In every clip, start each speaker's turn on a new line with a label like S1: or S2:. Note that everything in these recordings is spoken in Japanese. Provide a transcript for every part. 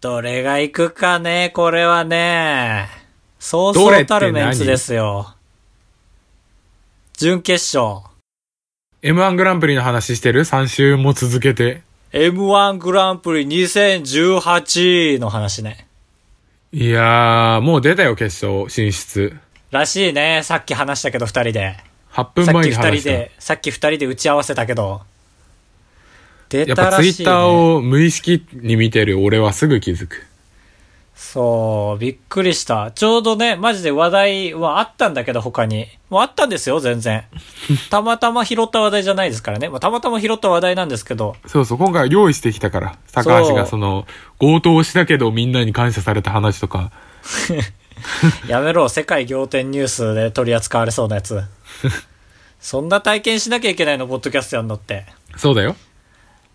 S1: どれが行くかね、これはね。そう
S2: ど
S1: そ
S2: れ
S1: う
S2: って
S1: た
S2: 何
S1: るメンツですよ。準決勝。
S2: M1 グランプリの話してる ?3 週も続けて。
S1: M1 グランプリ2018の話ね。
S2: いやー、もう出たよ、決勝、進出。
S1: らしいね。さっき話したけど、二人で。
S2: 8分
S1: さっ
S2: 前
S1: き
S2: に
S1: 二
S2: 話し
S1: 人
S2: た。
S1: で、さっき二人で打ち合わせたけど。出
S2: やったぱ
S1: ら
S2: ツイ
S1: しい、ね。
S2: ッターを無意識に見てる俺はすぐ気づく。
S1: そう、びっくりした。ちょうどね、マジで話題はあったんだけど、他に。もうあったんですよ、全然。たまたま拾った話題じゃないですからね。まあ、たまたま拾った話題なんですけど、
S2: そうそう、今回用意してきたから。高橋がその、強盗したけどみんなに感謝された話とか。
S1: やめろ、世界仰天ニュースで取り扱われそうなやつ。そんな体験しなきゃいけないの、ポッドキャストやんのって。
S2: そうだよ。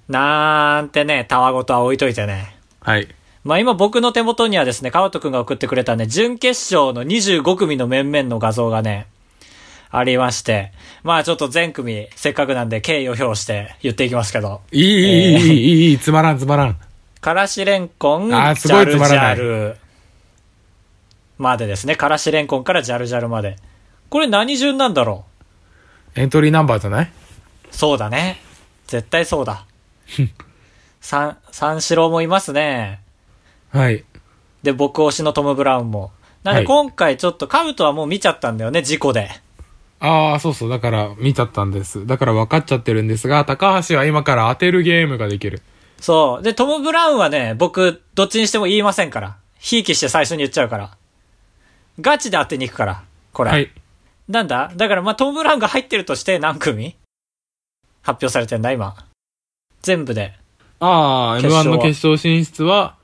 S1: なんてね、たわごとは置いといてね。
S2: はい。
S1: まあ今僕の手元にはですね、川戸くんが送ってくれたね、準決勝の25組の面々の画像がね、ありまして。まあちょっと全組、せっかくなんで敬意を表して言っていきますけど。
S2: いい、いい、いい、いい、いい、つまらん、つまらん。
S1: からしれんこん、ジ
S2: あーすご
S1: ャ
S2: い
S1: ル
S2: つ
S1: ジ
S2: まらな
S1: ャ
S2: い
S1: ルまでですね。からしれんこんからジャルジャルまで。これ何順なんだろ
S2: エントリーナンバーじゃないう
S1: そうだね。絶対そう だ。三、三四郎もいますね。
S2: はい。
S1: で、僕推しのトム・ブラウンも。なん
S2: は
S1: で
S2: い
S1: 今回ちょっと、カブトはもう見ちゃったんだよね、事故で。
S2: ああ、そうそう。だから、見ちゃったんです。だから分かっちゃってるんですが、高橋は今から当てるゲームができる。
S1: そう。で、トム・ブラウンはね、僕、どっちにしても言いませんから。ひいきして最初に言っちゃうから。ガチで当てに行くから、これ。
S2: はい。
S1: なんだだから、まあ、トム・ブラウンが入ってるとして何組発表されてんだ、今。全部で。
S2: ああ、
S1: 決勝
S2: M1
S1: は
S2: の決勝進出は、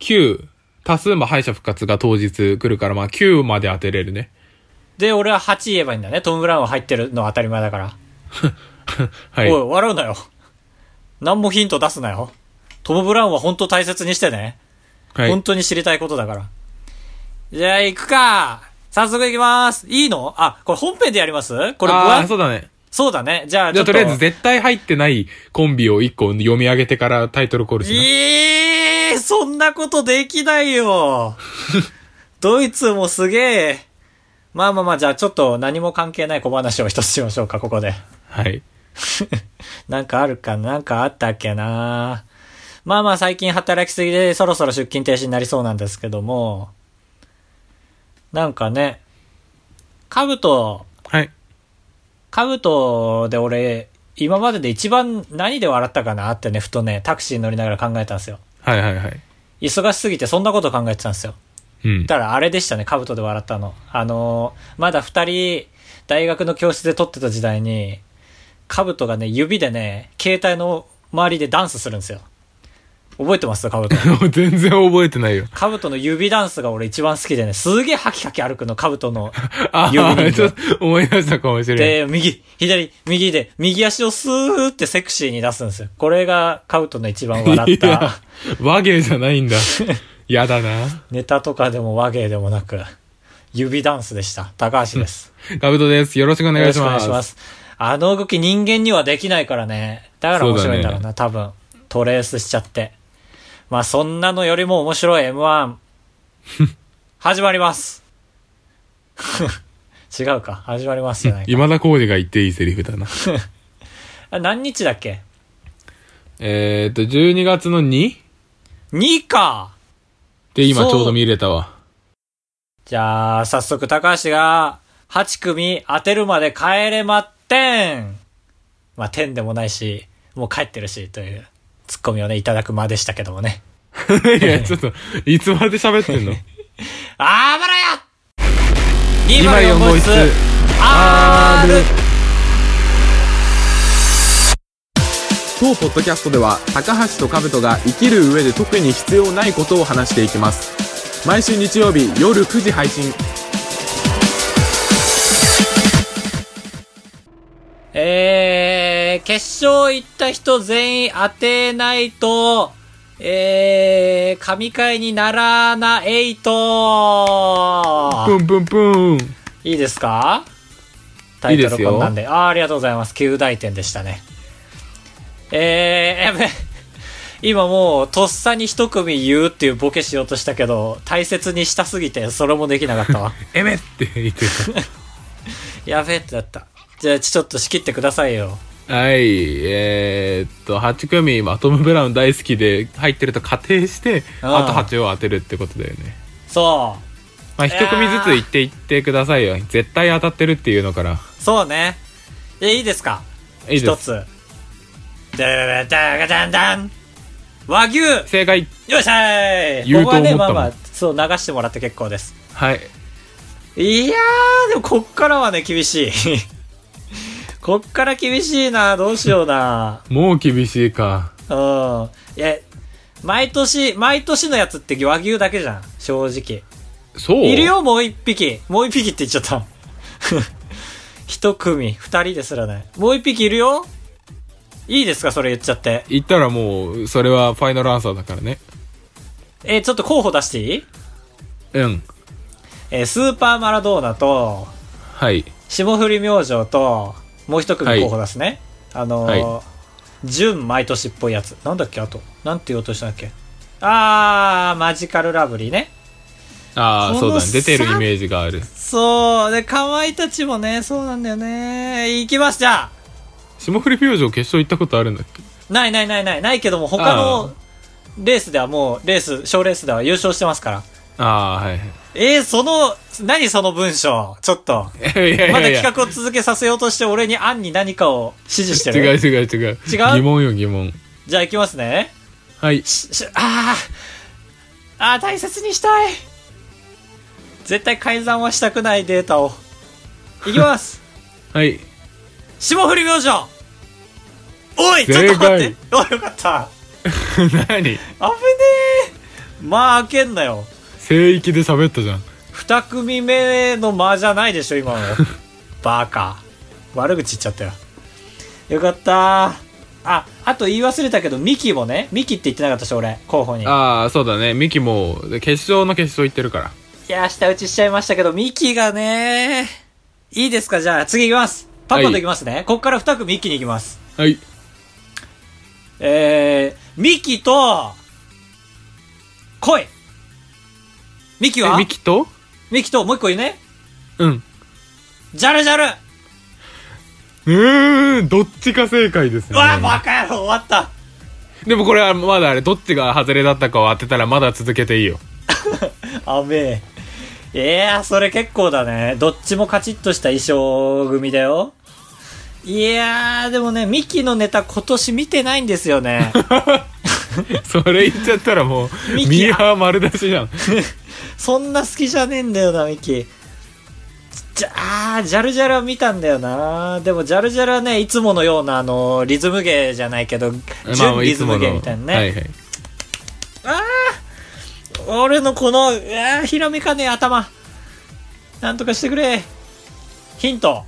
S2: 9、多数も敗者復活が当日来るから、まあ9まで当てれるね。
S1: で、俺は8言えばいいんだね。トム・ブラウンは入ってるのは当たり前だから。
S2: はい。
S1: おい、笑うなよ。何もヒント出すなよ。トム・ブラウンは本当大切にしてね。
S2: は
S1: 本
S2: い。
S1: 当に知りたいことだから。じゃあ、行くか早速行きますいいのあ、これ本編でやりますこれ分
S2: ああ、
S1: 厚
S2: そうだね。
S1: そうだね。じゃあ、ち
S2: じゃ
S1: ょ
S2: あ
S1: っと。
S2: とりあえず絶対入ってないコンビを1個読み上げてからタイトルコールしな。
S1: ええー、そんなことできないよ。 ドイツもすげえ。まあまあまあ、じゃあちょっと何も関係ない小話を一つしましょうか、ここで。
S2: はい。
S1: なんかあるかななんかあったっけなまあまあ最近働きすぎでそろそろ出勤停止になりそうなんですけども。なんかね、カブト、
S2: はい。
S1: カブトで俺、今までで一番何で笑ったかなってね、ふとね、タクシー乗りながら考えたんですよ。
S2: はいはいはい。
S1: 忙しすぎてそんなこと考えてたんですよ。
S2: うん。
S1: だからあれでしたね、兜で笑ったの。あのーまだ二人、大学の教室で撮ってた時代に、兜がね、指でね、携帯の周りでダンスするんですよ。覚えてます兜。
S2: 全然覚えてない よ。
S1: 兜の指ダンスが俺一番好きでね、すげえハキハキ歩くの、兜の。
S2: あ
S1: 指
S2: あ、
S1: に
S2: ちょっと思い出したかもしれない。
S1: で、右、左、右で、右足をスーってセクシーに出すんですよ。これが兜の一番笑っ
S2: いや
S1: た。
S2: 和芸じゃな いんだ。やだな。
S1: ネタとかでも和芸でもなく、指ダンスでした。高橋です。
S2: ガブトです。よろしくお願いします。
S1: よろしくお願いします。あの動き人間にはできないからね。だから面白いんだろう
S2: そう
S1: な、多分。トレースしちゃって。まあそんなのよりも面白い M1。始まります。 違うか。始まりますじゃないか。
S2: 今田耕司が言っていいセリフだな。
S1: あ何日だっけ
S2: えーっと、12月の 2?
S1: 2か。
S2: で、今
S1: そう
S2: ちょうど見れたわ。
S1: じゃあ、早速高橋が8組当てるまで帰れまってん。まあ、点でもないし、もう帰ってるし、というツッコミをね、いただく間でしたけどもね。
S2: いや、 ちょっと、いつまで喋ってん の
S1: あばらや
S2: 今4
S1: !204
S2: 号
S1: 号
S2: 室
S1: 室。
S2: R
S1: R!
S3: 当ポッドキャストでは高橋と兜が生きる上で特に必要ないことを話していきます毎週日曜日夜9時配信
S1: えー、決勝行った人全員当てないと、えー、神回にならないと
S2: プンプンプン。
S1: いいですかタ
S2: いい
S1: イ
S2: で
S1: ト
S2: すよ
S1: ルこんなんで。あーありがとうございます。旧大点でしたね。えー、やべ、今もう、とっさに一組言うっていうボケしようとしたけど、大切にしたすぎて、それもできなかったわ。
S2: えめって言って
S1: やべえってなった。じゃあ、ちょっと仕切ってくださいよ。
S2: た。はい。えーっと、8組、まあ、トム・ブラウン大好きで入ってると仮定して、
S1: あ
S2: あ
S1: あ
S2: と8を当てるってことだよね。
S1: そ
S2: まあ、1組ずつ言っていってくださいよ。絶対当たってるっていうのから。
S1: う。そうね。え、いいですか
S2: いいで
S1: 一
S2: す。
S1: つ。だだだだだんだん和牛よ
S2: 正解。
S1: っしゃーい
S2: 言うと思ったも
S1: ここは
S2: ん
S1: ね、まあまあ、そう、流してもらって結構です。
S2: はい。
S1: いやー、でもこっからはね、厳しい。 こっから厳しいな、どうしような。
S2: もう厳しいか。
S1: うん。いや、毎年、毎年のやつって和牛だけじゃん、正直。
S2: そう
S1: いるよ、もう一匹。もう一匹って言っちゃった。 一組、二人ですらね。もう一匹いるよいいですか、それ言っちゃって。
S2: 言ったらもう、それはファイナルアンサーだからね。
S1: えーちょっと候補出していい
S2: うん。
S1: えースーパーマラドーナと、
S2: はい。
S1: 霜降り明星と、もう一組候補出すね。あのー
S2: は
S1: 純毎年っぽいやつ。なんだっけ、あと。なんて言おうとしたんだっけ。あー、マジカルラブリーね。
S2: ああ、
S1: こ
S2: そう
S1: の
S2: だね。出てる
S1: さ
S2: イメージがある。
S1: そう。で、かまいたちもね、そうなんだよね。行きました
S2: 霜降り明星決勝行ったことあるんだっけ
S1: ないないないない、ないけども、他
S2: あ
S1: のレースではもう、レース、賞レースでは優勝してますから。
S2: ああ、はい はい。
S1: えー、その、何その文章ちょっと。
S2: いやいやいや
S1: まだ企画を続けさせようとして俺に案に何かを指示してる。
S2: 違う違う違う。
S1: 違う
S2: 疑問よ疑問。
S1: じゃあ行きますね。
S2: はい。
S1: し、し、ああ、ああ、大切にしたい。絶対改ざんはしたくないデータを。行き ます。
S2: はい。
S1: 霜降り明星おいちょっと待っておいよかった
S2: 何
S1: 危ねえまあ開けんなよ
S2: 聖域で喋ったじゃん。
S1: 二組目の間じゃないでしょ 今のバカ悪口言っちゃったよよかったああと言い忘れたけどミキもねミキって言ってなかったし俺候補にい
S2: ああ、そうだね。ミキも、決勝の決勝行ってるから。
S1: や下打ちしちゃいましたけどミキがねいいですかじゃあ次行きますパッパと行きますね、こっから二組一気に行きます
S2: はい。
S1: えー、ミキと、恋ミキは
S2: えミ
S1: ミキ
S2: キと
S1: と、もう一個いるね
S2: うん。
S1: ジャルジャル
S2: うーん、どっちか正解です
S1: う
S2: ね。
S1: わ、バカ野郎終わった
S2: でもこれはまだあれ、どっちが外れだったかを当てたらまだ続けていいよ。
S1: あべえ。いやー、それ結構だね。どっちもカチッとした衣装組だよ。いやー、でもね、ミキのネタ今年見てないんですよ ね。
S2: それ言っちゃったらもう、
S1: ミキ
S2: ミーハー丸出しじゃん。
S1: そんな好きじゃねえんだよな、ミキ。じゃあー、ジャルジャルは見たんだよな。でも、ジャルジャルはね、いつものような、あの、リズムゲーじゃないけど、純リズムゲーみたいなね。
S2: はいはい。
S1: 俺のこの、うわーひらめかねえ頭。なんとかしてくれ。ヒント。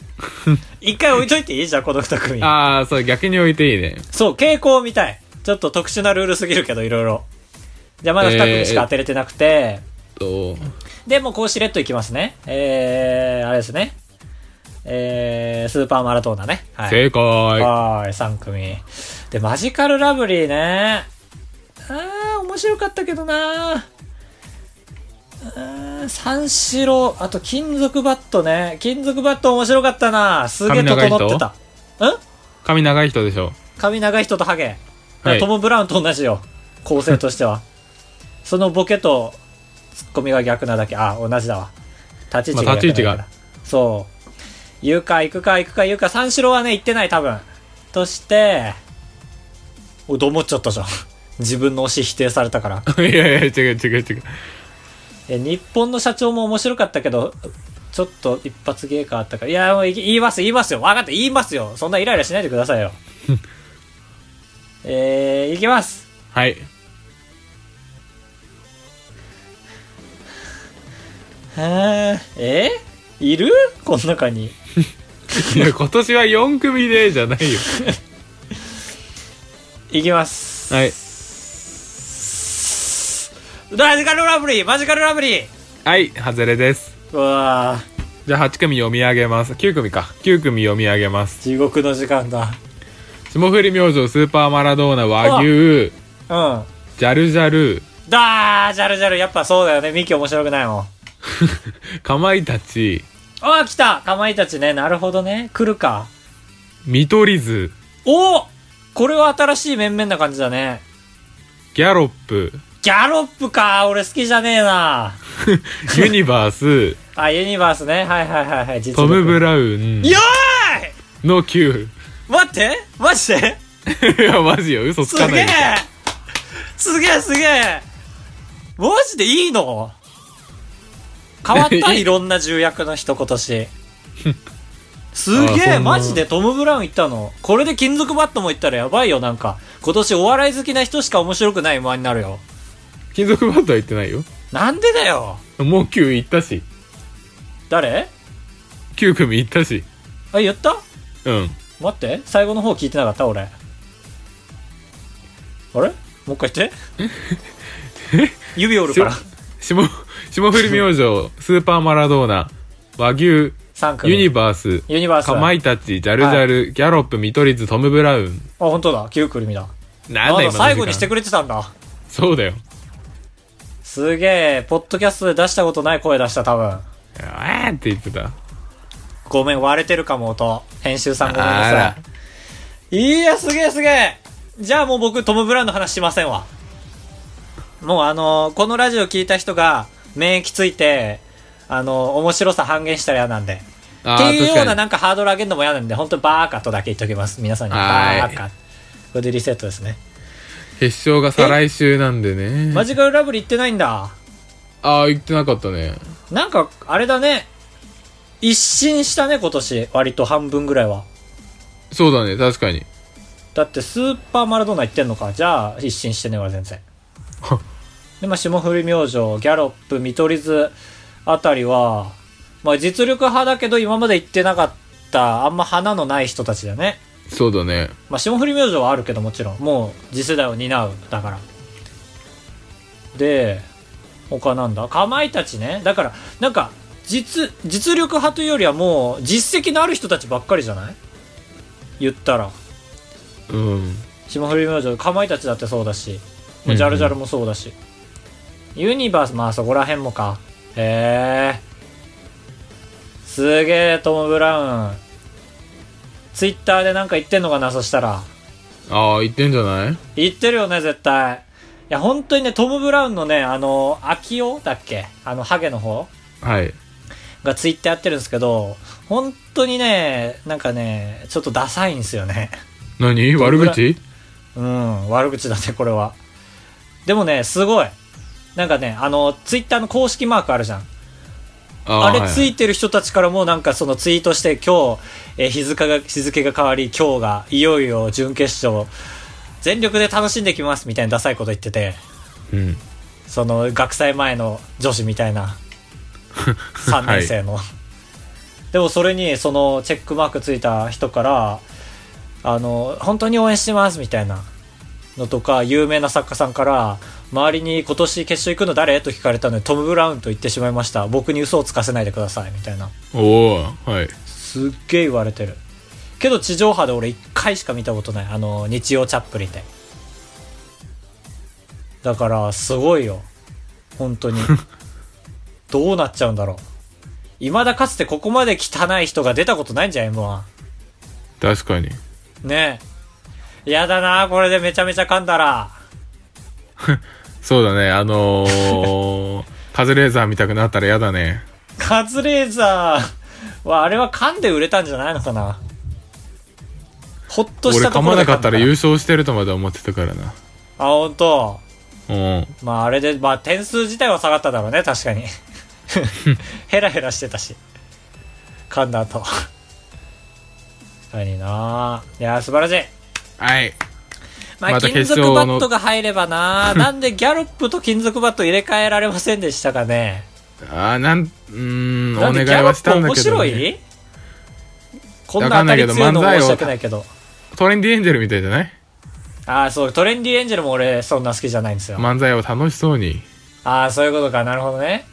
S1: 一回置いといていいじゃあ、この二組。
S2: ああ、そう、逆に置いていいね。
S1: そう、傾向を見たい。ちょっと特殊なルールすぎるけど、いろいろ。じゃあ、まだ二組しか当てれてなくて。
S2: と、
S1: で、もうこうしれっといきますね。えー、あれですね。えー、スーパーマラトーナね。はい。
S2: 正解。
S1: はーい、3組。で、マジカルラブリーね。あー、面白かったけどなうーん三四郎、あと金属バットね。金属バット面白かったなすげえ整ってた。ん
S2: 髪長い人でしょ。
S1: 髪長い人とハゲ。
S2: はい
S1: トム・ブラウンと同じよ。構成としては。 そのボケとツッコミが逆なだけ。あ、同じだわ。立ち位置が逆なだけだ。
S2: まあ立ち位置が
S1: そう。言うか、行くか、行くか、言うか、三四郎はね、行ってない、多分。として、お、どう思っちゃったじゃん。 自分の推し否定されたから。
S2: いやいや、違う違う違う。
S1: え日本の社長も面白かったけど、ちょっと一発芸感あったから。いや、もうい言います、言いますよ。分かった、言いますよ。そんなイライラしないでください よ。えー、いきます。
S2: はい。
S1: へーえいるこの中に。
S2: いや、今年は4組で、じゃないよ。
S1: いきます。
S2: はい。
S1: マジカルラブリーマジカルラブリー
S2: はい、外れです。
S1: うわあ
S2: じゃあ8組読み上げます。9組か。9組読み上げます。
S1: 地獄の時間だ。
S2: 霜降り明星、スーパーマラドーナ、和
S1: う
S2: 牛、
S1: ん。
S2: ジャルジャル、
S1: だー、ジャルジャル、やっぱそうだよね。ミキ面白くないもん。
S2: かまいたち、
S1: あー、来たかまいたちね。なるほどね。来るか。
S2: 見取り図、
S1: おーこれは新しい面々な感じだね。
S2: ギャロップ、
S1: ギャロップか俺好きじゃねえな
S2: ユニバ ース、
S1: あ、ユニバースね。はいはいはいはい。実
S2: ト
S1: 力
S2: ム・ブラウン
S1: よーい
S2: の Q。
S1: 待ってマジで
S2: いや、マジよ、嘘つ
S1: す
S2: か
S1: げ
S2: な
S1: え
S2: い。
S1: すげえすげえマジでいいの変わっ たいろんな重役の人今年。す
S2: あー
S1: げ
S2: そ
S1: え
S2: んな
S1: マジでトム・ブラウン行ったのこれで金属バットも行ったらやばいよなんか。今年お笑い好きな人しか面白くない馬になるよ。
S2: 金属バットは言ってないよ。
S1: なんでだよ
S2: もう Q 行ったし、
S1: 誰
S2: Q 組行ったし。
S1: あ、言った
S2: うん。
S1: 待って最後の方聞いてなかった俺あれもう一回 言って指折るから
S2: 霜、霜降り明星、スーパーマラドーナ、和牛、
S1: 3組
S2: ユニバース、
S1: ユニバース
S2: かまいたち、ジャルジャル、ギャロップ、見取り図、トム・ブラウン。
S1: あ本当だ9組だ
S2: なん
S1: あだ
S2: だ今の時間
S1: 最後にしてくれてたんだ
S2: そうだよ。
S1: すげえポッドキャストで出したことない声出した多分
S2: あーって言ってた。
S1: ごめん割れてるかも音編集さんごめんな
S2: あ
S1: さ
S2: ら。
S1: いいやすげえすげえじゃあもう僕トム・ブラウンの話しませんわもうあのこのラジオ聞いた人が免疫ついてあの面白さ半減したら嫌なんでっ
S2: あ
S1: て
S2: ー
S1: いうような
S2: 確か
S1: なんかハードル上げるのも嫌なんで、本当バーカとだけ言っておきます。皆さんに。
S2: はい
S1: バーカ。これでリセットですね。
S2: に決勝が再来週なんでね。
S1: マジカルラブリー行ってないんだ。
S2: ああ、言ってなかったね。
S1: なんか、あれだね。一新したね、今年。割と半分ぐらいは。
S2: そうだね、確かに。
S1: だって、スーパーマラドーナ行ってんのか。じゃあ、一新してね、俺全然。 で、まあ、霜降り明星、ギャロップ、見取り図あたりは、まあ、実力派だけど、今まで行ってなかった、あんま花のない人たちだね。
S2: そうだね。
S1: まあ、霜降り明星はあるけどもちろんもう次世代を担うだからで他なんだかまいたちねだからなんか実実力派というよりはもう実績のある人たちばっかりじゃない言ったら
S2: うん。
S1: 霜降り明星かまいたちだってそうだし
S2: うん
S1: もうジャルジャルもそうだし、ユニバースまあそこら辺もかへえすげえトム・ブラウンツイッターでなんか言ってんのかなそしたら
S2: ああ、言ってんじゃない
S1: 言ってるよね、絶対。いや、本当にね、トム・ブラウンのね、あの、秋夫だっけあの、ハゲの方
S2: はい。
S1: がツイッターやってるんですけど、本当にね、なんかね、ちょっとダサいんですよね。
S2: 何
S1: どん
S2: 悪
S1: ぐらい
S2: 口
S1: うん、悪口だね、これは。でもね、すごい。なんかね、あの、ツイッターの公式マークあるじゃん。
S2: あ
S1: あれつ
S2: い
S1: いてる人たちからもなんかそのツイートして今日、えー日付が、日付が変わり今日がいよいよ準決勝、全力で楽しんできますみたいなダサいこと言ってて。
S2: うん。
S1: その学祭前の女子みたいな3年生の、でもそれにそのチェックマークついた人からあの本当に応援してますみたいなのとか有名な作家さんから周りに今年決勝行くの誰と聞かれたのでトム・ブラウンと言ってしまいました僕に嘘をつかせないでくださいみたいな
S2: おおはい。
S1: すっげえ言われてるけど地上波で俺1回しか見たことないあの日曜チャップリンでだからすごいよ本当に どうなっちゃうんだろう未だかつてここまで汚い人が出たことないんじゃん m 1
S2: 確かに。
S1: ねえやだなこれでめちゃめちゃ噛んだら
S2: そうだね、あの ー、カズレーザー見たくなったら嫌だね。
S1: カズレーザーはあれは噛んで売れたんじゃないのかなほっとし
S2: 俺
S1: たとこ
S2: 噛ま
S1: ろ
S2: な
S1: で
S2: か
S1: 噛
S2: っ
S1: ん
S2: た
S1: だ
S2: ら優勝してるとまで思ってたからな。
S1: あ本当
S2: うん。
S1: まああれで、まあ点数自体は下がっただろうね、確 かに。ヘラヘラしてたし。噛んだ後。何なあいやー素晴らしい。
S2: はい。
S1: まあ、
S2: また
S1: 金
S2: 決
S1: 属
S2: 勝
S1: バ
S2: の
S1: ットが入ればなあなんでギャロップと金属バット入れ替えられませんでしたかね。
S2: あーなん、うーん、お
S1: なん
S2: 願
S1: で
S2: い
S1: ギャロ
S2: はし
S1: ップ
S2: たんだ
S1: 面
S2: けど、
S1: 白
S2: ね。
S1: いこんな当たり強いの申し訳ないけど。
S2: トレンディエンジェルみたいじゃない
S1: ああ、そう、トレンディエンジェルも俺そんな好きじゃないんですよ。
S2: 漫才を楽しそうに。
S1: ああ、そういうことか。なるほどね。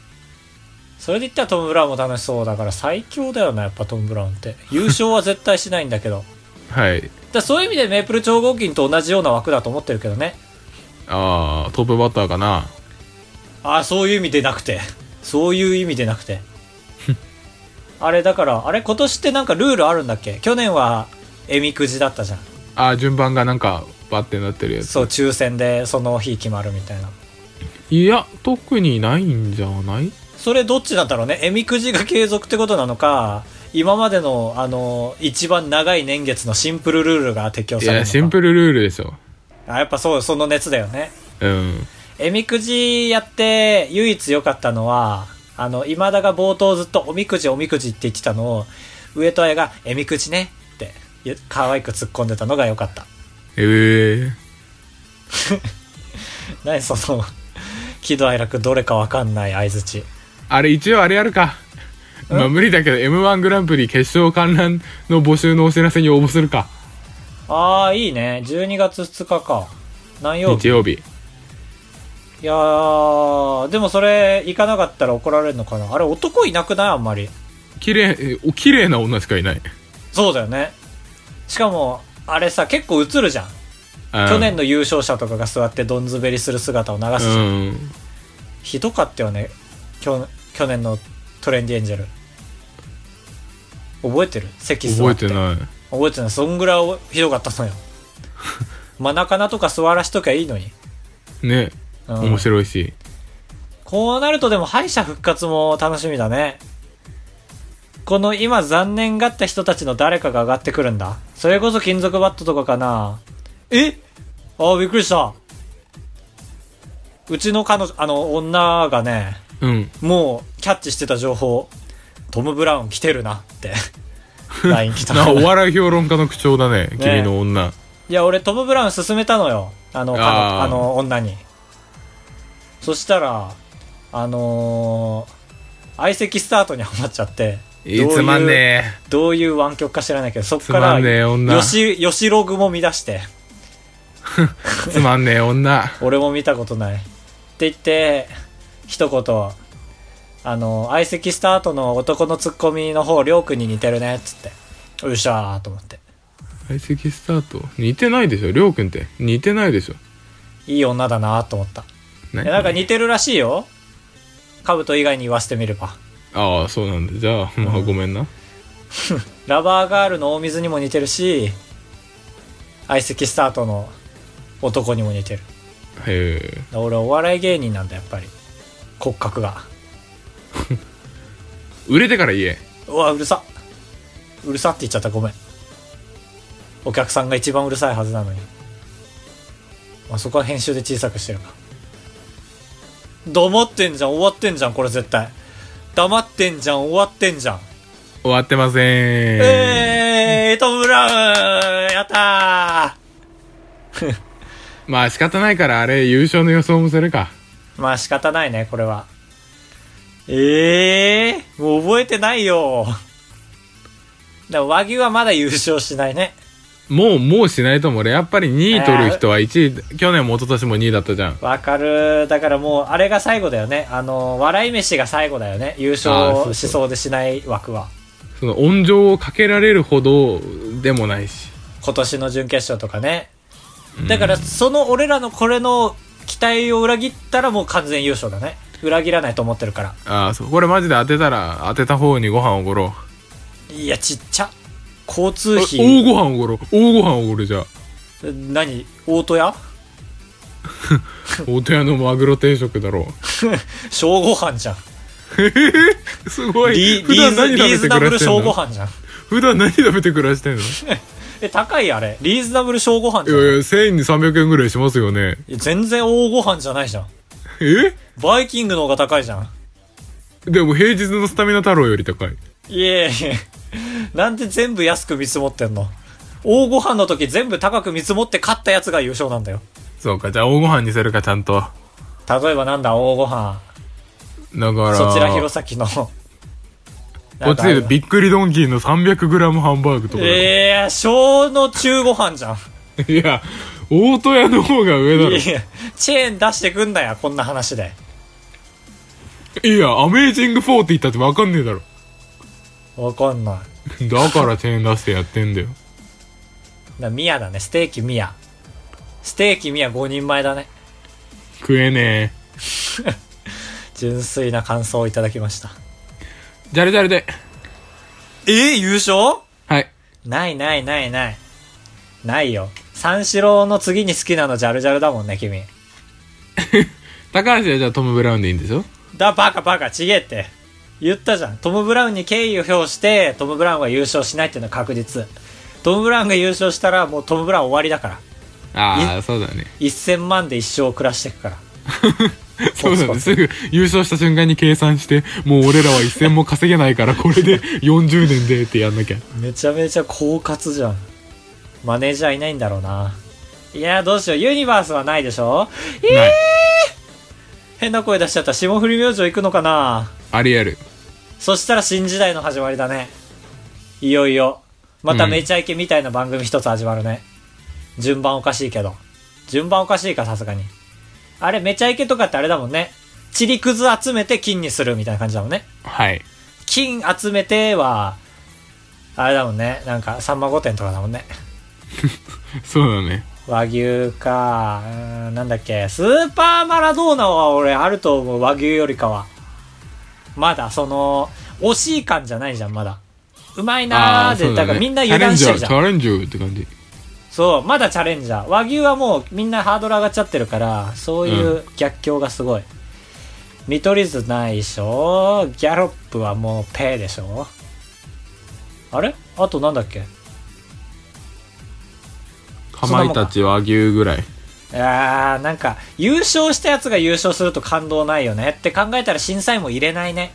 S1: それで言ったらトム・ブラウンも楽しそうだから最強だよな、やっぱトム・ブラウンって。優勝は絶対しないんだけど。
S2: はい。
S1: だそういう意味でメープル超合金と同じような枠だと思ってるけどね
S2: ああ、トップバッターかな。
S1: ああそういう意味でなくてそういう意味でなくてあれだからあれ今年ってなんかルールあるんだっけ去年はえみくじだったじゃん
S2: ああ、順番がなんか、バッてなってるやつ。
S1: そう抽選でその日決まるみたいない
S2: や、特にないんじゃない
S1: それどっちなんだろうねえみくじが継続ってことなのか今までのあの一番長い年月のシンプルルールが適用
S2: い
S1: されるの
S2: や、
S1: か
S2: シンプルルールでしょ。
S1: あやっぱそうその熱だよね
S2: うん。
S1: えみくじやって唯一良かったのはあの今田が冒頭ずっと「おみくじおみくじ」って言ってたのを上戸彩が「えみくじね」ってゆ可愛く突っ込んでたのが良かった
S2: ええ
S1: 何その喜怒哀楽どれか分かんない相づち
S2: あれ、一応あれやるか。まあ無理だけど、M1 グランプリ決勝観覧の募集のお知らせに応募するか。
S1: あーいいね12月2日か何曜
S2: 日
S1: 日
S2: 曜日。
S1: いやーでもそれ行かなかったら怒られるのかなあれ男いなくないあんまり
S2: 綺麗、えお綺麗な女しかいない。
S1: そうだよねしかもあれさ結構映るじゃん去
S2: 去
S1: 年の優勝者とかが座ってどんずべりする姿を流すじゃん、
S2: うん。
S1: ひどかったよね去去年のトレンディエンジェル覚えてる席座っ
S2: 覚え
S1: て
S2: てない。
S1: 覚えてないそんぐらいひどかった のよ真中なとか座らしときゃいいのに、
S2: ね、
S1: うん
S2: 面白いし。
S1: こうなるとでも敗者復活も楽しみだねこの今残念がった人たちの誰かが上がってくるんだそれこそ金属バットとかかなえああびっくりしたうちの彼女あの女が ね
S2: うん。
S1: もうキャッチしてた情報トム・ブラウン来てるなって LINE 来た
S2: な、お笑い評論家の口調だね、君の女。
S1: いや、俺、トム・ブラウン勧めたのよ。あの、彼女
S2: あー
S1: あの、女に。そしたら、あのー相席スタートにハマっちゃって、
S2: いつまんね
S1: どういう湾曲か知らないけど、そっ
S2: つ
S1: か
S2: ま
S1: ら、
S2: んねえ女
S1: よし、よしログも見出して、
S2: え。つまんねえ女。
S1: 俺も見たことない。って言って、一言、あの、相席スタートの男のツッコミの方、りょうくんに似てるね、っつって。よっしゃーと思って。
S2: 相席スタート。似てないでしょ、りょうくんって。似てないでしょ。
S1: いい女だなーと思った。
S2: ね
S1: えなんか似てるらしいよ。カブト以外に言わせてみれば。
S2: ああ、そうなんだ。じゃあ、まあ、ごめんな。
S1: ラバーガールの大水にも似てるし、相席スタートの男にも似てる。
S2: へえ。
S1: 俺お笑い芸人なんだ、やっぱり。骨格が。
S2: 売れてから言え。
S1: うわ、うるさ。うるさって言っちゃった、ごめん。お客さんが一番うるさいはずなのに。まあ、そこは編集で小さくしてるか。黙ってんじゃん、終わってんじゃん、これ絶対。黙ってんじゃん、終わってんじゃん。
S2: 終わってません。
S1: えー、トム・ブラウンやった
S2: まあ仕方ないからあれ優勝の予想もするか。
S1: ーまあ仕方ないね、これは。えー、もう覚えてないよ。でも和牛はまだ優勝しないね。
S2: もう、もうしないと思う。俺やっぱり2位取る人は1位、去年も一昨年も2位だったじゃん。
S1: わかる。だからもう、あれが最後だよね。あの、笑い飯が最後だよね。優
S2: あーそうそ
S1: 勝
S2: う
S1: しそうでしない枠は。
S2: その温情をかけられるほどでもないし。
S1: 今年の準決勝とかね。だから、その俺らのこれの期待を裏切ったらもう完全優勝だね。裏切らないと思ってるから。
S2: ああ、そう。これマジで当てたら、当てた方にご飯おごろ
S1: いや、ちっちゃ。交通
S2: う。
S1: 費。
S2: 大ご飯おごろう。大ご飯おごるじゃあ。
S1: 何大戸屋
S2: 大戸屋のマグロ定食だろ
S1: 小ご飯じゃん。
S2: う。すご
S1: リ
S2: い。
S1: ー
S2: 普
S1: リー
S2: 段
S1: ズ
S2: 何
S1: リー
S2: 食
S1: ズ
S2: べて
S1: ナブ
S2: 暮ら
S1: ル
S2: してん
S1: 小ご
S2: の
S1: 飯じゃん。
S2: 普段何食べて暮らしてんのい
S1: え、高いあれ。リーズナブル小ご飯じゃん。
S2: やいや、1000円に300円ぐらいしますよね。
S1: いや全然大ご飯じゃないじゃん。
S2: え
S1: バイキングの方が高いじゃん。
S2: でも平日のスタミナ太郎より高い。
S1: いえいえ。なんで全部安く見積もってんの大ご飯の時全部高く見積もって勝ったやつが優勝なんだよ。
S2: そうか、じゃあ大ご飯にするか、ちゃんと。
S1: 例えばなんだ、大ご飯。
S2: だから、
S1: そちら弘前の。
S2: こっちで言うとびっくりドンキーの 300g ハンバーグとかだよ、
S1: ええ、小の中ご飯じゃん。
S2: いや、大戸屋の方が上だろ。
S1: いや、チェーン出してくんなや、こんな話で。
S2: いや、アメージング4って言ったってわかんねえだろ。
S1: わかんない。
S2: だからチェーン出してやってんだよ。
S1: だミヤだね。ステーキミヤ。ステーキミヤ5人前だね。
S2: 食えねえ。
S1: 純粋な感想をいただきました。
S2: じゃれじゃれで。
S1: えー、優勝
S2: はい。
S1: ないないないない。ないよ。三四郎の次に好きなのジャルジャルだもんね、君。
S2: 高橋はじゃあトム・ブラウンでいいんでしょ
S1: だ、バカバカ、ちげえって。言ったじゃん。トム・ブラウンに敬意を表して、トム・ブラウンは優勝しないっていうのは確実。トム・ブラウンが優勝したら、もうトム・ブラウン終わりだから。
S2: ああ、そうだね。
S1: 1000万で一生を暮らしていくから。
S2: そ
S1: コ
S2: うだね。
S1: ツコツ
S2: すぐ優勝した瞬間に計算して、もう俺らは一銭も稼げないから、こ れで40年でってやんなきゃ。
S1: めちゃめちゃ狡猾じゃん。マネージャーいないんだろうな。いやー、どうしよう。ユニバースはないでしょ
S2: ない。
S1: 変な声出しちゃった。霜降り明星行くのかな
S2: ありある。
S1: そしたら新時代の始まりだね。いよいよ。また
S2: うん
S1: めちゃイケみたいな番組一つ始まるね。順番おかしいけど。順番おかしいか、さすがに。あれ、めちゃイケとかってあれだもんね。チリくず集めて金にするみたいな感じだもんね。
S2: はい。
S1: 金集めては、あれだもんね。なんか、さんま御殿とかだもんね。
S2: そうだね。
S1: 和牛か、うーん、なんだっけ、スーパーマラドーナは俺あると思う、和牛よりかは。まだ、その、惜しい感じゃないじゃん、まだ。うまいなー
S2: ー
S1: で、
S2: そう
S1: だか
S2: だ
S1: ら
S2: ね
S1: みんな油断してるじゃ
S2: チ
S1: ん。
S2: ャレンジャー、チャレンジャーって感じ。
S1: そう、まだチャレンジャー。和牛はもうみんなハードル上がっちゃってるから、そういうう逆境がすごい。見取り図ないでしょギャロップはもうペーでしょあれあとなんだっけ
S2: かまいたち和牛ぐらい。
S1: あーなんか優勝したやつが優勝すると感動ないよねって考えたら審査員も入れないね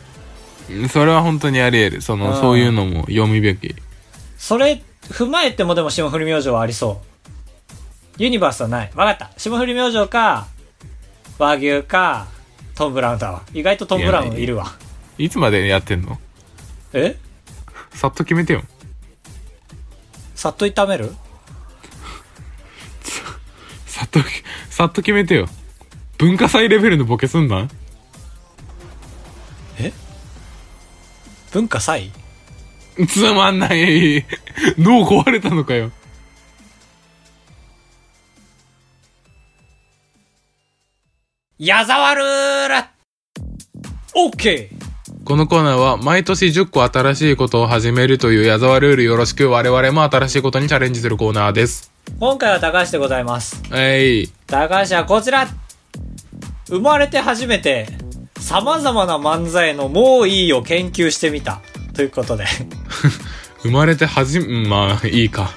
S2: うんそれは本当にあり得る。その、
S1: うん
S2: そういうのも読みべき。
S1: それ踏まえてもでも霜降り明星はありそうユニバースはないわかった霜降り明星か和牛かトム・ブラウンだわ意外とトム・ブラウンいるわ
S2: いつまでやってんの
S1: え
S2: さっと決めてよ。
S1: さっと炒める
S2: さっと、さっと決めてよ。文化祭レベルのボケすんな
S1: 文化祭
S2: つまんない。脳壊れたのかよ。
S1: 矢沢ルールオッケー
S2: このコーナーは毎年10個新しいことを始めるという矢沢ルールよろしく我々も新しいことにチャレンジするコーナーです。
S1: 今回は高橋でございます
S2: はい。
S1: 高橋はこちら生まれて初めて様々な漫才のもういいを研究してみたということで
S2: 生まれて初め、まあいいか。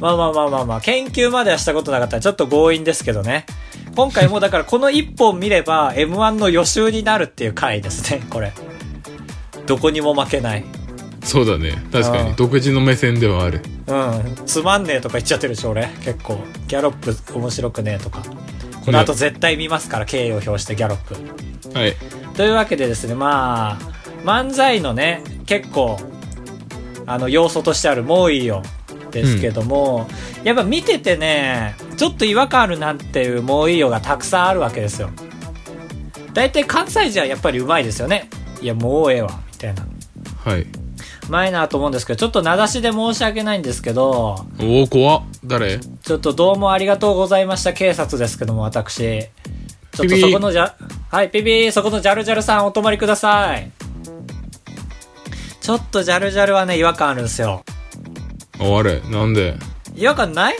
S1: まあまあまあまあまあ研究まではしたことなかったらちょっと強引ですけどね今回もだからこの一本見れば m 1の予習になるっていう回ですねこれどこにも負けない
S2: そうだね。確か
S1: あ
S2: に
S1: あ
S2: 独自の目線ではある。
S1: うんつまんねえとか言っちゃってるでしょ俺結構ギャロップ面白くねえとかこの後絶対見ますから敬意を表してギャロップ
S2: はい。
S1: というわけでですねまあ漫才のね結構あの要素としてある「もういいよ」ですけども、やっぱ見ててねちょっと違和感あるなっていう「もういいよ」がたくさんあるわけですよ大体関西人はやっぱりうまいですよねいやもうええわみたいな
S2: はい。
S1: 前なと思うんですけどちょっと名指しで申し訳ないんですけど
S2: おお、怖っ。誰
S1: ちょっとどうもありがとうございました警察ですけども私ちょっとそこのじゃ、はい、ピピー、そこのジャルジャルさんお泊まりください。ちょっとジャルジャルはね、違和感あるんですよ。
S2: あ、あれ。なんで
S1: 違和感ない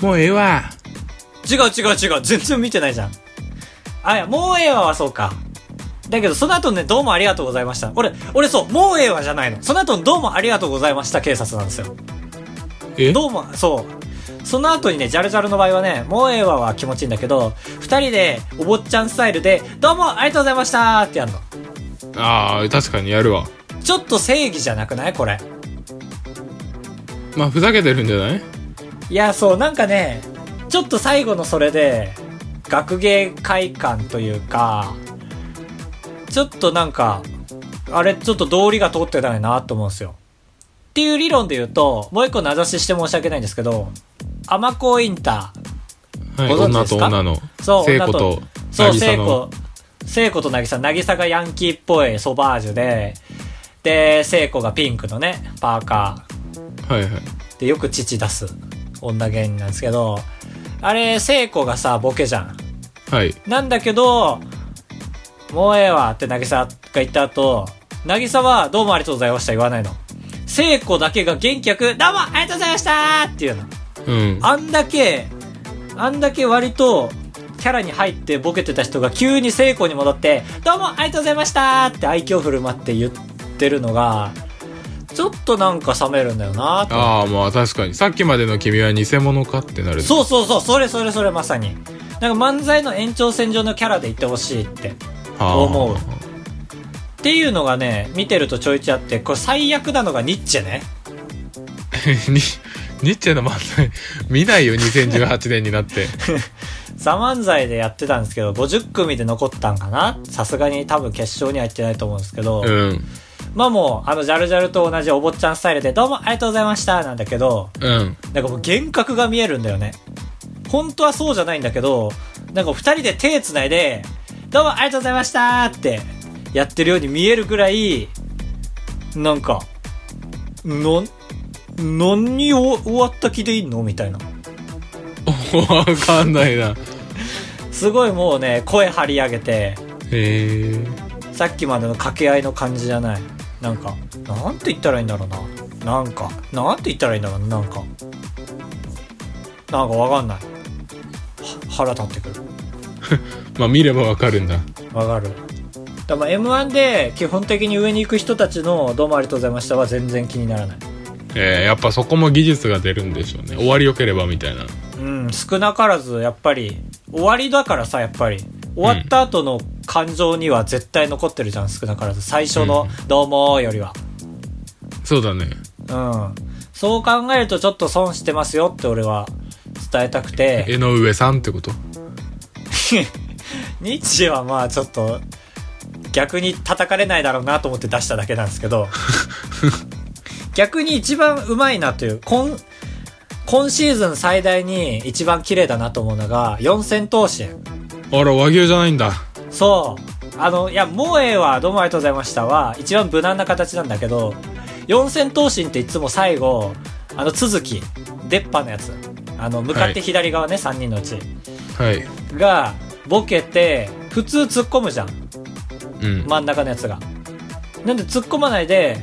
S2: もうええわ。
S1: 違う違う違う、全然見てないじゃん。あ、いや、もうええわはそうか。だけど、その後ね、どうもありがとうございました。俺、俺そう、もうええわじゃないの。その後のどうもありがとうございました警察なんですよ。
S2: え
S1: どうも、そう。その後にね、ジャルジャルの場合はね、もうええわは気持ちいいんだけど、二人で、お坊ちゃんスタイルで、どうもありがとうございましたってやるの。
S2: ああ、確かにやるわ。
S1: ちょっと正義じゃなくないこれ。
S2: まあふざけてるんじゃない
S1: いや、そう、なんかね、ちょっと最後のそれで、学芸会館というか、ちょっとなんか、あれ、ちょっと道理が通ってないなと思うんですよ。っていう理論で言うと、もう一個名指しして申し訳ないんですけど、天子インター、
S2: はい。
S1: ご存知
S2: 女
S1: です
S2: と
S1: か
S2: 女の。
S1: そう
S2: 聖子
S1: 女と
S2: と、
S1: そう、
S2: 渚
S1: 聖
S2: の
S1: 子、聖子と渚、渚がヤンキーっぽいソバージュで、で、聖子がピンクのね、パーカー。
S2: はいはい。
S1: で、よく父出す女芸人なんですけど、あれ、聖子がさ、ボケじゃん。
S2: はい。
S1: なんだけど、もうええわって渚が言った後、渚はどうもありがとうございました言わないの。聖子だけが元気よく、どうもありがとうございましたっていうの。
S2: うん。
S1: あんだけ、あんだけ割と、キャラに入ってボケてた人が急に聖子に戻って、どうもありがとうございましたって愛嬌振る舞って言ってるのが、ちょっとなんか冷めるんだよなと
S2: ああ、まあ確かに。さっきまでの君は偽物かってなる。
S1: そうそうそう、それそれそれまさに。なんか漫才の延長線上のキャラでいてほしいって。
S2: あー
S1: 思うっていうのがね、見てるとちょいちょいあって、これ最悪なのがニッチェね。
S2: にニッチェの漫才見ないよ2018年になって
S1: ザ漫才でやってたんですけど、50組で残ったんかなさすがに多分決勝には行ってないと思うんですけど、
S2: うん
S1: まあもう、あの、ジャルジャルと同じお坊ちゃんスタイルで、どうもありがとうございましたなんだけど、
S2: うん
S1: なんかもう幻覚が見えるんだよね。本当はそうじゃないんだけど、なんか二人で手繋いで、どうもありがとうございましたってやってるように見えるぐらい、なんか、の、何を終わった気でいいのみたいな。
S2: わかんないな
S1: すごいもうね、声張り上げて、
S2: へえ
S1: さっきまでの掛け合いの感じじゃない。なんか、なんて言ったらいいんだろうな。なんか、なんて言ったらいいんだろうな。なんか。なんかわかんない。は腹立ってくる。
S2: まあ見ればわかるんだ
S1: わかる。でも M1 で基本的に上に行く人たちのどうもありがとうございましたは全然気にならない。
S2: えー、やっぱそこも技術が出るんでしょうね終わりよければみたいな
S1: うん、少なからずやっぱり終わりだからさ、やっぱり。終わった後の感情には絶対残ってるじゃん、少なからず。最初のどうもーよりは。
S2: そうだね
S1: うん。そう考えるとちょっと損してますよって俺は伝えたくて。
S2: 江上さんってこと
S1: ニッチェはまあちょっと逆に叩かれないだろうなと思って出しただけなんですけど。逆に一番うまいなという、今、今シーズン最大に一番綺麗だなと思うのが、四千頭身。
S2: あら和牛じゃないんだ
S1: そう。あの、いや、もうええわ、どうもありがとうございましたは、一番無難な形なんだけど、四千頭身っていつも最後、あの、続き、出っ歯のやつ。あの、向かって左側ね、三人のうち。
S2: はい
S1: が、ボケて、普通突っ込むじゃん。
S2: うん、
S1: 真ん中のやつが。なんで突っ込まないで、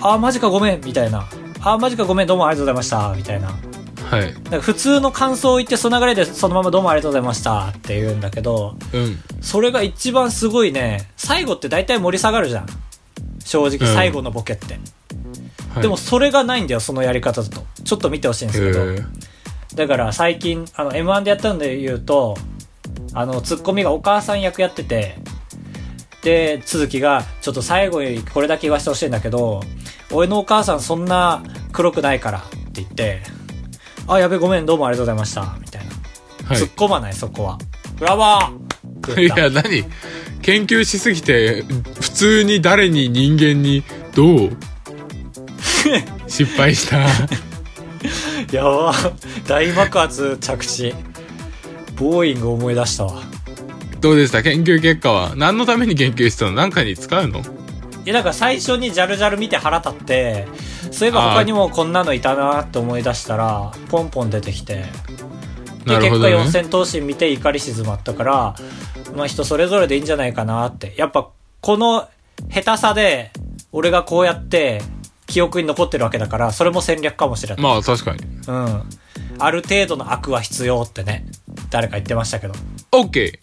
S1: あー、マジかごめん、みたいな。あー、マジかごめん、どうもありがとうございました、みたいな。
S2: はい
S1: なんか普通の感想を言って、その流れでそのままどうもありがとうございましたって言うんだけど、
S2: うん
S1: それが一番すごいね、最後って大体盛り下がるじゃん。正直
S2: うん
S1: 最後のボケって。
S2: はい、
S1: でもそれがないんだよ、そのやり方だと。ちょっと見てほしいんですけど。
S2: えー
S1: だから最近、あの、M1 でやったので言うと、あの、ツッコミがお母さん役やってて、で、続きが、ちょっと最後にこれだけ言わせてほしいんだけど、俺のお母さんそんな黒くないからって言って、あ、やべ、ごめん、どうもありがとうございました、みたいな。
S2: はい
S1: 突っ込まない、そこは。ブラボーって
S2: い
S1: 言った
S2: や何研究しすぎて普通に誰に人間に どう失敗した
S1: やば大爆発着地ボーイング思い出したわ
S2: どうでした研究結果は何のために研究したの何かに使うの
S1: いやだから最初にジャルジャル見て腹立ってそういえば他にもこんなのいたなって思い出したらポンポン出てきてで、
S2: なるほ
S1: 結
S2: ど
S1: 果
S2: ね
S1: 四。千頭身見て怒り静まったからまあ人それぞれでいいんじゃないかなってやっぱこの下手さで俺がこうやって記憶に残ってるわけだからそれも戦略かもしれない、
S2: まあ確かに。
S1: うんある程度の悪は必要ってね誰か言ってましたけど
S2: OK!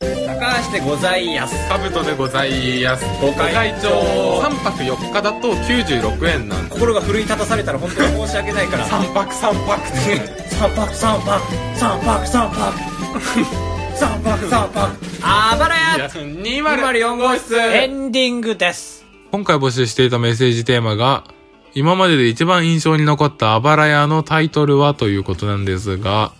S1: 高橋でございやす
S2: カブトでございます。ご
S1: 会長
S2: 3泊4日だと96円なんで。
S1: 心が奮い立たされたら本当に申し訳ないから3
S2: 泊3泊
S1: 泊3泊3泊3泊3泊3泊あばらや
S2: 204号室
S1: エンディングです
S2: 今回募集していたメッセージテーマが、今までで一番印象に残ったあばら屋のタイトルはということなんですが、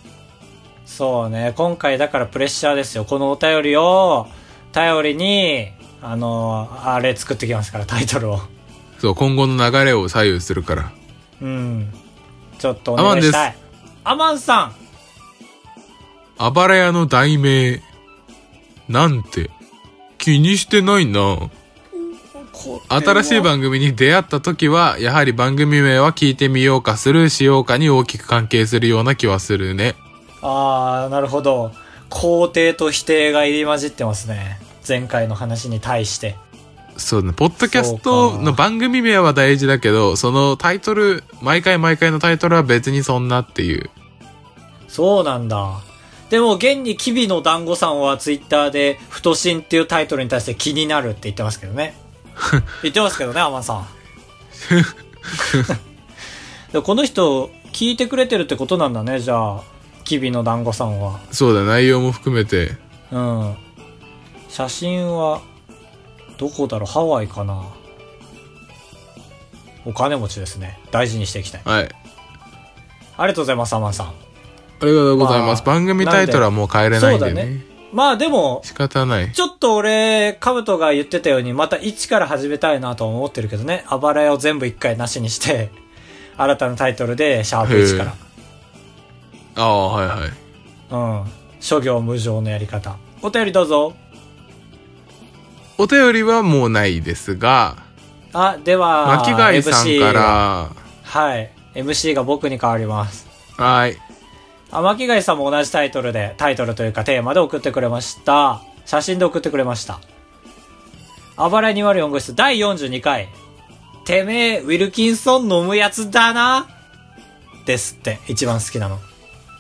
S1: そうね今回だからプレッシャーですよこのお便りを頼りにあのあれ作ってきますからタイトルを
S2: そう、今後の流れを左右するから。
S1: うんちょっとお願いしたいアマンさん
S2: あばら屋の題名、なんて、気にしてないな。
S3: これは
S2: 新しい番組に出会った時は、やはり番組名は聞いてみようかする、しようかに大きく関係するような気はするね。
S1: ああ、なるほど。肯定と否定が入り混じってますね。前回の話に対して。
S2: そうね。ポッドキャス
S1: そ
S2: ト
S1: うか
S2: の番組名は大事だけど、そのタイトル、毎回毎回のタイトルは別にそんなっていう。
S1: そうなんだ。でも、現にキビの団子さんはツイッターで、不都心っていうタイトルに対して気になるって言ってますけどね。言ってますけどね、アマンさん。でこの人、聞いてくれてるってことなんだね、じゃあ。キビの団子さんは。
S2: そうだ、内容も含めて。
S1: うん。写真は、どこだろうハワイかなお金持ちですね。大事にしていきたい。
S2: はい。
S1: ありがとうございます、アマンさん。
S2: ありがとうございます。
S1: まあ
S2: 番組タイトルはもう変えれないんで
S1: なんで
S2: ね。
S1: そうだまあでも、
S2: 仕方ない。
S1: ちょっと俺、カブトが言ってたように、また一から始めたいなとは思ってるけどね。あばらやを全部一回なしにして、新たなタイトルで、シャープ1か
S2: ああ、はいはい。
S1: ら。うん。諸行無常のやり方。お便りどうぞ。
S2: お便りはもうないですが、
S1: あ、では、
S2: 巻貝さん
S1: MC
S2: か
S1: はい。MC が僕に変わります。
S2: ら、はい。
S1: あ巻貝さんも同じタイトルで、タイトルというかテーマで送ってくれました。写真で送ってくれました。あばら204号室第42回。てめえ、ウィルキンソン飲むやつだなですって、一番好きなの。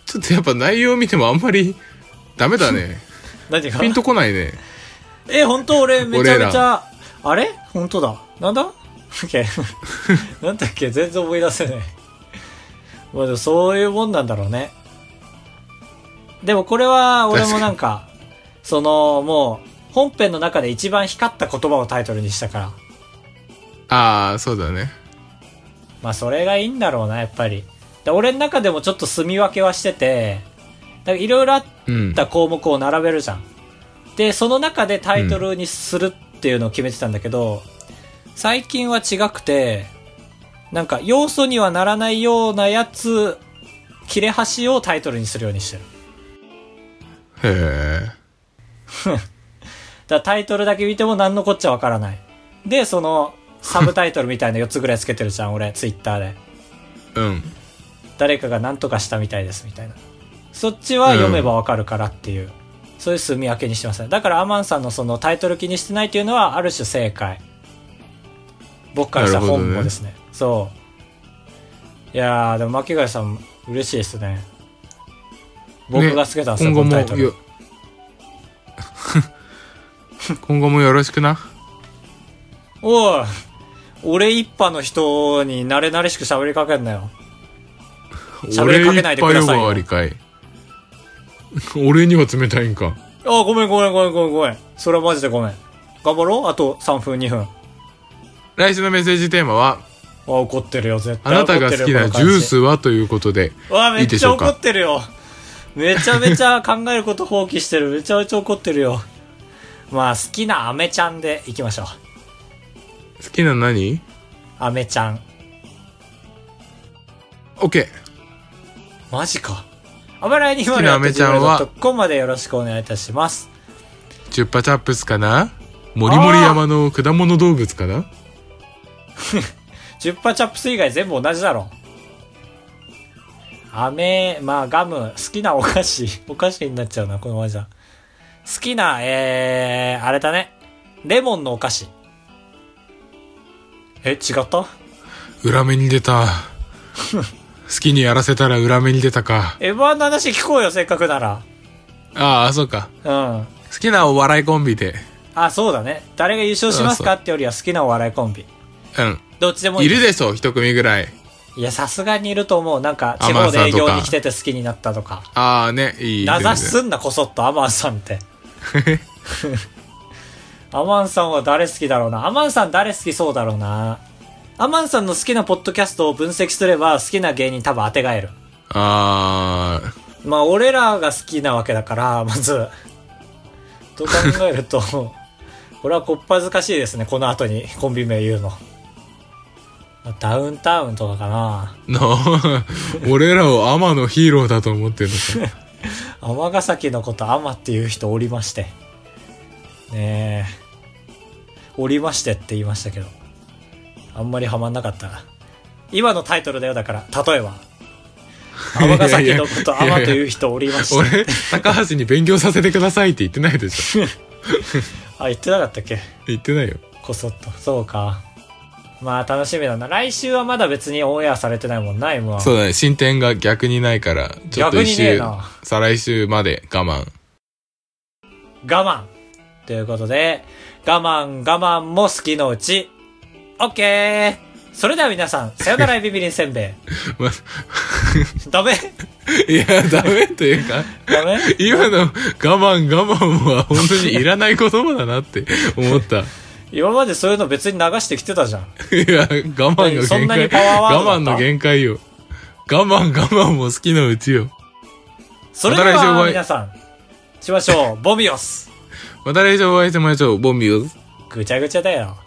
S2: ちょっとやっぱ内容見てもあんまり ダメだ ね。
S1: 何が
S2: ピンとこないね。
S1: え、本当俺、めちゃめ
S2: 俺
S1: ちゃ、あれ本当だ。なんだ OK なんだっけ全然思い出せない。まあでもそういうもんなんだろうね。でもこれは、俺もなんか、その、もう、本編の中で一番光った言葉をタイトルにしたから。
S2: ああ、そうだね。
S1: まあそれがいいんだろうな、やっぱり。で俺の中でもちょっと住み分けはしてて、だからいろいろあっ
S2: うん
S1: っ。た項目を並べるじゃん。で、その中でタイトルにするっていうのを決めてたんだけど、最近は違くて、なんか要素にはならないようなやつ、切れ端をタイトルにするようにしてる。
S2: へえ。
S1: だからタイトルだけ見ても何のこっちゃわからない。で、その、サブタイトルみたいな4つぐらいつけてるじゃん、俺、ツイッターで。
S2: うん。
S1: 誰かが何とかしたみたいですみたいなそっちは読めばわかるからっていう、そういう住み分けにしてますねだからアマンさんのそのタイトル気にしてないっていうのはある種正解僕からしたら本望ですねそういやーでも巻貝さん嬉しいですね僕がつけたんですよ、
S2: 今
S1: この
S2: 後も
S1: タイトル
S2: よ、 今後もよろしくな。
S1: おい俺一派の人に慣れ慣れしく喋りかけんなよ喋りかけないでくださいよ
S2: 俺いっぱい呼ばわりかい。 俺には冷たいんか。
S1: あごめんごめんごめんごめんごめんそれはマジでごめん頑張ろうあと3分2分
S2: 来週のメッセージテーマは、
S1: あ怒ってるよ絶
S2: あ
S1: 対
S2: なたが好きなジュースはということで、
S1: わめ
S2: い
S1: っ
S2: いで
S1: ち
S2: し
S1: ゃ
S2: ょうか
S1: 怒ってるよめちゃめちゃ考えること放棄してるめちゃめちゃ怒ってるよまあ好きなアメちゃんでいきましょう
S2: 好きな何
S1: アメちゃん
S2: ?OK。
S1: マジかあばらやにま
S2: 好き
S1: る
S2: な
S1: ア
S2: ア
S1: メ
S2: メ
S1: ち
S2: ち
S1: ゃ
S2: ゃ
S1: ん
S2: ん
S1: は
S2: は
S1: ここまでよろしくお願いいたします
S2: チュッパチャップスかなモリモリ山の果物動物かな
S1: チュッパチャップス以外全部同じだろアメまあガム好きなお菓子 お菓子になっちゃうなこのままじゃ好きなえー、あれだねレモンのお菓子え違った
S2: 裏目に出 た。好きにやらせたら裏目に出たか。
S1: M1 の話聞こうよ、せっかくなら。
S2: ああ、そうか。
S1: うん。
S2: 好きなお笑いコンビで。
S1: あ、そうだね。誰が優勝しますかってよりは好きなお笑いコンビ。
S2: うん。
S1: どっちでもいい。
S2: いるでしょ、一組ぐらい。
S1: いや、さすがにいると思う。なんか、地
S2: アマ
S1: 方
S2: ン
S1: で
S2: さ
S1: 営
S2: んとか
S1: 業に来てて好きになったとか。
S2: ああ、ね、いい。
S1: 名指し
S2: 全
S1: すんな、こそっと、アマンさんって。アマンさんは誰好きだろうな。アマンさん誰好きそうだろうな。アマンさんの好きなポッドキャストを分析すれば、好きな芸人多分当てがえる。
S2: 然ああ、
S1: まあ、俺らが好きなわけだから、まず。と考えると、 これはこっぱずかしいですね、この後にコンビ名言うの。ダウンタウンとかかな。
S2: の、俺らを天のヒーローだと思ってる のか。
S1: 尼崎のことアマっていう人おりまして。ねえ。降りましてって言いましたけど。あんまりハマんなかったな。今のタイトルだよ、だから、例えば。尼崎のこと、
S2: いやいや
S1: 尼という人おりまして。
S2: 俺、高橋に勉強させてくださいって言ってない でしょ。
S1: あ、言ってなかったっけ
S2: 言ってないよ。
S1: こそっと。そうか。まあ、楽しみだな。来週はまだ別にオンエアされてないもんな、M1。
S2: そうだね、進展が逆にないから、ちょっと
S1: 逆
S2: 一
S1: にねえ
S2: 週、
S1: な。
S2: 再来週まで我慢。
S1: 我慢ということで、我慢我慢も好きのうち、OK! それでは皆さん、さよ ならビビリンせんべい。
S2: ま
S1: ダメ
S2: いや、ダメというか、
S1: ダ メ
S2: 今の我慢我慢は本当にいらない言葉だなって 思った。
S1: 今までそういうの別に流してきてたじゃん。
S2: いや、我慢の限界。
S1: そんなにパワーワードだ
S2: 我
S1: った
S2: 慢の限界よ。我慢我慢も好きのうちよ。
S1: それで
S2: また来週お
S1: は
S2: 会い
S1: 皆さん、しましょう。ボビオス
S2: また来週お会いしましょう。ボンビュー。
S1: ぐちゃぐちゃだよ。